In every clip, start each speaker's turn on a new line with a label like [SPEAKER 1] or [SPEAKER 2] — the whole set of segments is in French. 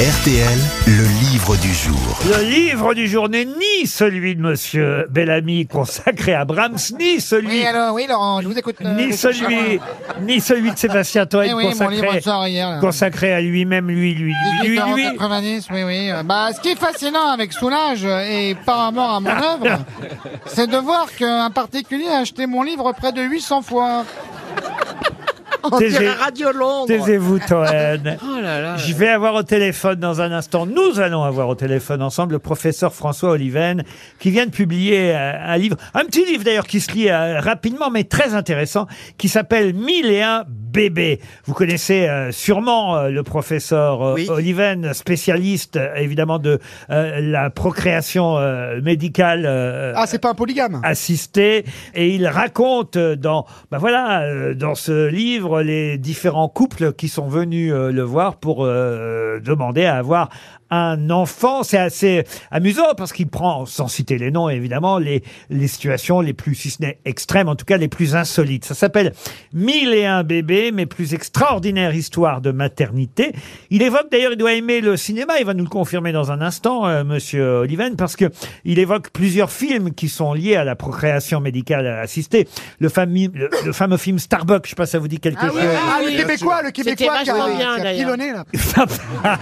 [SPEAKER 1] RTL, le livre du jour.
[SPEAKER 2] Le livre du jour n'est ni celui de Monsieur Bellamy consacré à Brahms, ni celui,
[SPEAKER 3] Oui, alors, oui, Laurent, je vous écoute. euh,
[SPEAKER 2] ni
[SPEAKER 3] monsieur
[SPEAKER 2] celui,
[SPEAKER 3] Chabrol.
[SPEAKER 2] ni celui de Sébastien
[SPEAKER 3] Eh
[SPEAKER 2] Toen
[SPEAKER 3] oui, mon livre
[SPEAKER 2] consacré,
[SPEAKER 3] sort hier. là.
[SPEAKER 2] consacré à lui-même, lui, lui, lui, lui,
[SPEAKER 3] 18 ans,
[SPEAKER 2] lui.
[SPEAKER 3] 90, oui, oui. euh, Bah, ce qui est fascinant avec Soulage euh, et par rapport à mon œuvre, c'est de voir qu'un particulier a acheté mon livre près de 800 fois.
[SPEAKER 2] Taisez-
[SPEAKER 4] Radio Londres.
[SPEAKER 2] Taisez-vous, Toen.
[SPEAKER 4] Oh là là.
[SPEAKER 2] Je vais avoir au téléphone dans un instant, nous allons avoir au téléphone ensemble le professeur François Oliven qui vient de publier euh, un livre, un petit livre d'ailleurs qui se lit euh, rapidement mais très intéressant, qui s'appelle 1001 bébés. Vous connaissez euh, sûrement euh, le professeur euh,
[SPEAKER 4] Oui.
[SPEAKER 2] Oliven, spécialiste euh, évidemment de euh, la procréation euh, médicale. euh,
[SPEAKER 3] Ah, c'est pas un polygame
[SPEAKER 2] assisté et il raconte euh, dans bah voilà euh, dans ce livre les différents couples qui sont venus euh, le voir pour euh, demander à avoir un enfant, c'est assez amusant parce qu'il prend, sans citer les noms évidemment, les, les situations les plus, si ce n'est extrêmes, en tout cas les plus insolites. Ça s'appelle Mille et un bébés, mes plus extraordinaires histoires de maternité. Il évoque d'ailleurs, il doit aimer le cinéma, il va nous le confirmer dans un instant, euh, monsieur Oliven, parce que il évoque plusieurs films qui sont liés à la procréation médicale assistée. Le, fami- le, le fameux film Starbuck, je sais pas si ça vous dit quelque chose.
[SPEAKER 3] Ah, le
[SPEAKER 4] oui, bien
[SPEAKER 3] Québécois, le
[SPEAKER 4] C'était
[SPEAKER 3] Québécois qui a,
[SPEAKER 4] vachement bien,
[SPEAKER 3] qui a
[SPEAKER 4] d'ailleurs.
[SPEAKER 3] pilonné, là.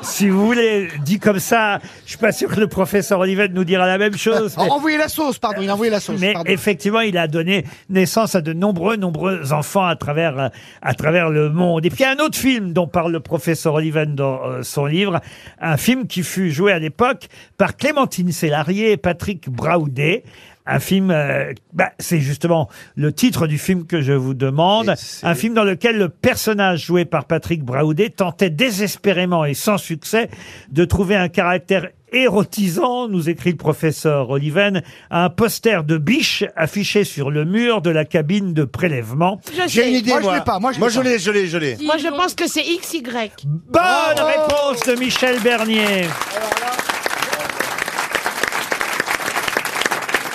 [SPEAKER 2] si vous voulez, dit comme ça, je suis pas sûr que le professeur Oliven nous dira la même chose. mais-
[SPEAKER 3] Oh, Envoyez la sauce, pardon, il a envoyé la sauce.
[SPEAKER 2] mais
[SPEAKER 3] pardon.
[SPEAKER 2] effectivement, il a donné naissance à de nombreux, nombreux enfants à travers, euh, à travers le monde. Et puis, il y a un autre film dont parle le professeur Oliven dans euh, son livre, un film qui fut joué à l'époque par Clémentine Sélarié et Patrick Braoudet. Un film, euh, bah, c'est justement le titre du film que je vous demande.
[SPEAKER 5] Et c'est-
[SPEAKER 2] Un film dans lequel le personnage joué par Patrick Braoudet tentait désespérément et sans succès de trouver un caractère érotisant, nous écrit le professeur Oliven, à un poster de biche affiché sur le mur de la cabine de prélèvement.
[SPEAKER 4] Je
[SPEAKER 5] J'ai
[SPEAKER 4] sais.
[SPEAKER 5] une idée,
[SPEAKER 3] Moi,
[SPEAKER 5] moi.
[SPEAKER 3] je l'ai pas, moi, je l'ai pas.
[SPEAKER 5] l'ai, je Bah, l'ai, je l'ai.
[SPEAKER 4] Moi, je pense que c'est XY.
[SPEAKER 2] Bonne réponse de Michel Bernier.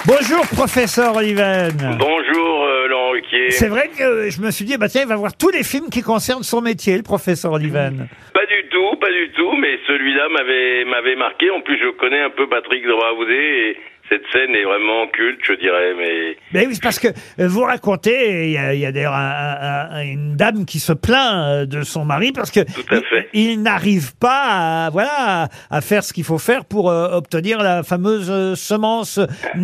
[SPEAKER 2] Bonjour professeur Oliven.
[SPEAKER 6] Bonjour euh, Laurent Ruquier.
[SPEAKER 2] C'est vrai que euh, je me suis dit, bah tiens, il va voir tous les films qui concernent son métier, le professeur Oliven.
[SPEAKER 6] Pas du tout, pas du tout, mais celui-là m'avait m'avait marqué. En plus, je connais un peu Patrick Draoudé et cette scène est vraiment culte, je dirais. Mais
[SPEAKER 2] Ben oui, c'est parce que euh, vous racontez, il y a, il y a d'ailleurs un- un- un- une dame qui se plaint euh, de son mari parce que
[SPEAKER 6] Tout à
[SPEAKER 2] il-
[SPEAKER 6] fait.
[SPEAKER 2] il, n'arrive pas à, voilà, à à faire ce qu'il faut faire pour euh, obtenir la fameuse euh, semence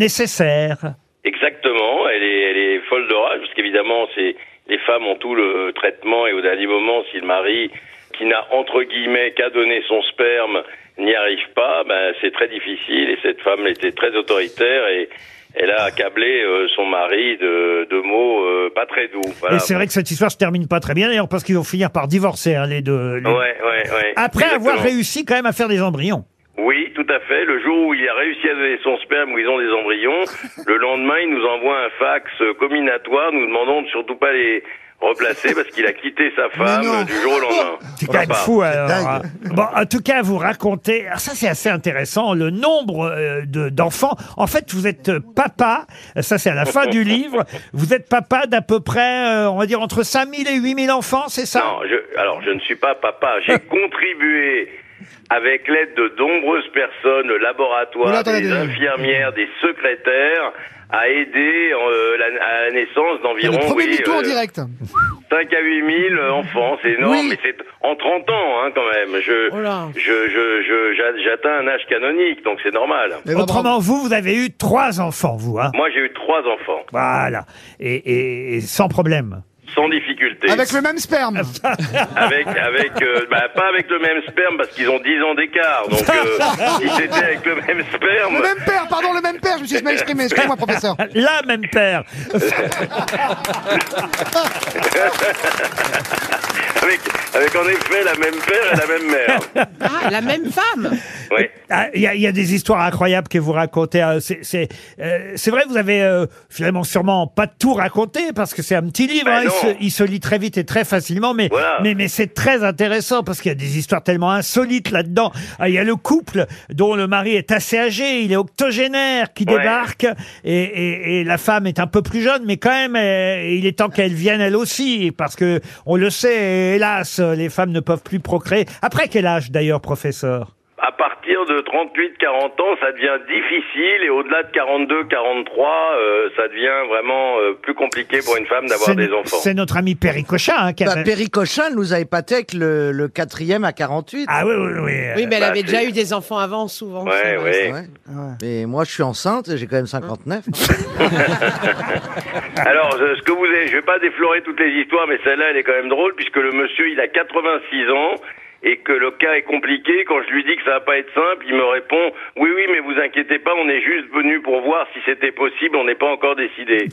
[SPEAKER 2] nécessaire.
[SPEAKER 6] exactement, elle est elle est folle de rage parce qu'évidemment, c'est les femmes ont tout le euh, traitement et au dernier moment, si le mari qui n'a entre guillemets qu'à donner son sperme n'y arrive pas, ben c'est très difficile. Et cette femme était très autoritaire et elle a accablé euh, son mari de, de mots euh, pas très doux. Voilà.
[SPEAKER 2] Et c'est vrai que cette histoire se termine pas très bien d'ailleurs parce qu'ils vont finir par divorcer hein, les deux. les-
[SPEAKER 6] Ouais, ouais, ouais.
[SPEAKER 2] Après avoir
[SPEAKER 6] Exactement.
[SPEAKER 2] réussi quand même à faire des embryons.
[SPEAKER 6] Oui, tout à fait. Le jour où il a réussi à donner son sperme, où ils ont des embryons, le lendemain, il nous envoie un fax euh, comminatoire nous demandons de surtout pas les replacer parce qu'il a quitté sa femme euh, du jour au lendemain.
[SPEAKER 2] C'est quand même
[SPEAKER 6] Papa.
[SPEAKER 2] fou alors. hein. Bon, en tout cas, vous racontez. Alors ça, c'est assez intéressant. Le nombre euh, de- d'enfants. en fait, vous êtes euh, papa. Ça, c'est à la fin du livre. Vous êtes papa d'à peu près, euh, on va dire entre 5000 et 8000 enfants, c'est ça
[SPEAKER 6] Non, je, alors je ne suis pas papa. J'ai contribué avec l'aide de nombreuses personnes, le laboratoire,
[SPEAKER 3] Oula, attendez,
[SPEAKER 6] des
[SPEAKER 3] attendez.
[SPEAKER 6] infirmières, des secrétaires, à aider euh, la- à la naissance
[SPEAKER 3] Le
[SPEAKER 6] d'environ
[SPEAKER 3] premier
[SPEAKER 6] oui,
[SPEAKER 3] du tour en
[SPEAKER 6] euh,
[SPEAKER 3] direct. Eh
[SPEAKER 6] 5 à 8 000 enfants, c'est énorme,
[SPEAKER 3] Oui.
[SPEAKER 6] mais c'est en 30 ans hein, quand même. Je,
[SPEAKER 4] Oh là.
[SPEAKER 6] je, je, je- j'a- j'atteins un âge canonique, donc c'est normal.
[SPEAKER 3] Eh ben, bravo.
[SPEAKER 2] Autrement, vous, vous avez eu trois enfants, vous. Hein
[SPEAKER 6] Moi, j'ai eu trois enfants,
[SPEAKER 2] voilà. Et, et- et sans problème.
[SPEAKER 6] sans difficulté.
[SPEAKER 3] Avec le même sperme.
[SPEAKER 6] Avec, avec, euh, bah, pas avec le même sperme parce qu'ils ont 10 ans d'écart. Donc, euh, si c'était avec le même sperme,
[SPEAKER 3] Le même père, pardon, le même père, je me suis mal exprimé, excusez-moi, professeur.
[SPEAKER 2] La même père.
[SPEAKER 6] avec, avec en effet la même père et la même mère.
[SPEAKER 4] Ah, la même femme.
[SPEAKER 6] Ouais.
[SPEAKER 2] Ah, Il y, a- il y a des histoires incroyables que vous racontez. hein. C'est c'est, euh, c'est vrai, vous avez euh, finalement sûrement pas tout raconté parce que c'est un petit livre.
[SPEAKER 6] Bah
[SPEAKER 2] hein,
[SPEAKER 6] non,
[SPEAKER 2] se, il se lit très vite et très facilement, mais,
[SPEAKER 6] Voilà.
[SPEAKER 2] mais, mais c'est très intéressant parce qu'il y a des histoires tellement insolites là-dedans. Ah, il y a le couple dont le mari est assez âgé, il est octogénaire, qui
[SPEAKER 6] Ouais.
[SPEAKER 2] débarque et, et- et la femme est un peu plus jeune, mais quand même, euh, il est temps qu'elle vienne elle aussi parce que on le sait, hélas, les femmes ne peuvent plus procréer. Après quel âge d'ailleurs, professeur
[SPEAKER 6] À partir de 38-40 ans, ça devient difficile et au-delà de 42-43, euh, ça devient vraiment euh, plus compliqué pour une femme d'avoir
[SPEAKER 2] C'est-
[SPEAKER 6] des enfants.
[SPEAKER 2] C'est notre ami Péricochat hein, qui a-
[SPEAKER 5] Bah, Péricochin nous a épaté avec le, le quatrième à 48.
[SPEAKER 2] Ah oui, oui, oui.
[SPEAKER 4] Oui, mais elle
[SPEAKER 6] Bah,
[SPEAKER 4] avait déjà
[SPEAKER 6] c'est-
[SPEAKER 4] eu des enfants avant, souvent. c'est
[SPEAKER 6] Ouais,
[SPEAKER 4] vrai.
[SPEAKER 6] ouais.
[SPEAKER 5] Ouais. Et moi, je suis enceinte et j'ai quand même 59.
[SPEAKER 2] Ah,
[SPEAKER 6] Alors, euh, ce que vous avez, je vais pas déflorer toutes les histoires, mais celle-là, elle est quand même drôle puisque le monsieur, il a 86 ans et que le cas est compliqué. Quand je lui dis que ça va pas être simple, il me répond oui, oui, mais vous inquiétez pas, on est juste venu pour voir si c'était possible. On n'est pas encore décidé.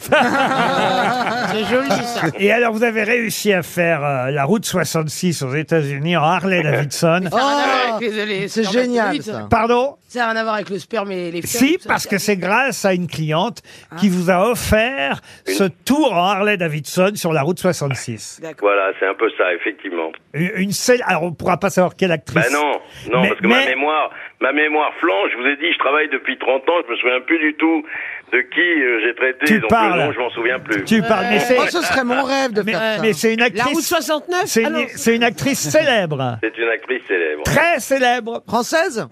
[SPEAKER 4] C'est joli, ça.
[SPEAKER 2] Et alors, vous avez réussi à faire euh, la route 66 aux États-Unis en Harley-Davidson.
[SPEAKER 4] Ça a rien à voir
[SPEAKER 5] Oh,
[SPEAKER 4] avec les- les
[SPEAKER 5] C'est
[SPEAKER 4] spermes de
[SPEAKER 5] génial,
[SPEAKER 4] fluide.
[SPEAKER 5] ça.
[SPEAKER 2] Pardon
[SPEAKER 4] Ça n'a rien à voir avec le sperme et les fioles,
[SPEAKER 2] Si,
[SPEAKER 4] tout ça. Ah.
[SPEAKER 2] parce que c'est grâce à une cliente qui vous a offert ce tour en Harley-Davidson sur la route 66.
[SPEAKER 4] D'accord.
[SPEAKER 6] Voilà, c'est un peu ça, effectivement.
[SPEAKER 2] Une une seule. Alors, on ne pourra pas savoir quelle actrice.
[SPEAKER 6] Bah non, non,
[SPEAKER 2] Mais-
[SPEAKER 6] parce que
[SPEAKER 2] mais-
[SPEAKER 6] ma mémoire, ma mémoire flanche. Je vous ai dit, je travaille depuis 30 ans. Je me souviens plus du tout de qui euh, j'ai traité.
[SPEAKER 2] Tu
[SPEAKER 6] donc
[SPEAKER 2] parles.
[SPEAKER 6] le nom, je m'en souviens plus.
[SPEAKER 2] Tu parles, mais c'est.
[SPEAKER 5] Oh, ce serait mon rêve de
[SPEAKER 2] mais-
[SPEAKER 5] faire
[SPEAKER 2] mais
[SPEAKER 5] ça.
[SPEAKER 2] c'est une
[SPEAKER 4] La route
[SPEAKER 2] actrice.
[SPEAKER 4] 69
[SPEAKER 2] C'est
[SPEAKER 4] Ah
[SPEAKER 2] une,
[SPEAKER 4] non,
[SPEAKER 2] c'est une actrice célèbre.
[SPEAKER 6] C'est une actrice célèbre.
[SPEAKER 2] Très célèbre.
[SPEAKER 5] Française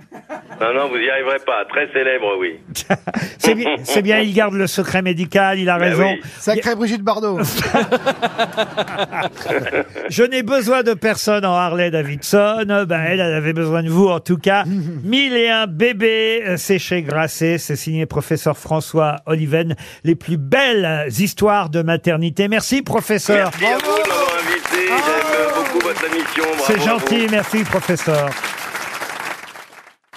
[SPEAKER 6] Non, non, vous y arriverez pas. Très célèbre, oui.
[SPEAKER 2] C'est bien, c'est bien, il garde le secret médical, il a
[SPEAKER 6] Bah
[SPEAKER 2] raison.
[SPEAKER 6] oui.
[SPEAKER 3] Sacré Brigitte Bardot.
[SPEAKER 2] Je n'ai besoin de personne en Harley Davidson. Ben, elle, elle avait besoin de vous, en tout cas. Mille et un bébés, euh, c'est chez Grasset. C'est signé professeur François Oliven. Les plus belles histoires de maternité. Merci, professeur.
[SPEAKER 6] Merci à vous de m'avoir invité. J'aime beaucoup votre émission. Bravo
[SPEAKER 2] C'est
[SPEAKER 6] à vous.
[SPEAKER 2] gentil. Merci, professeur.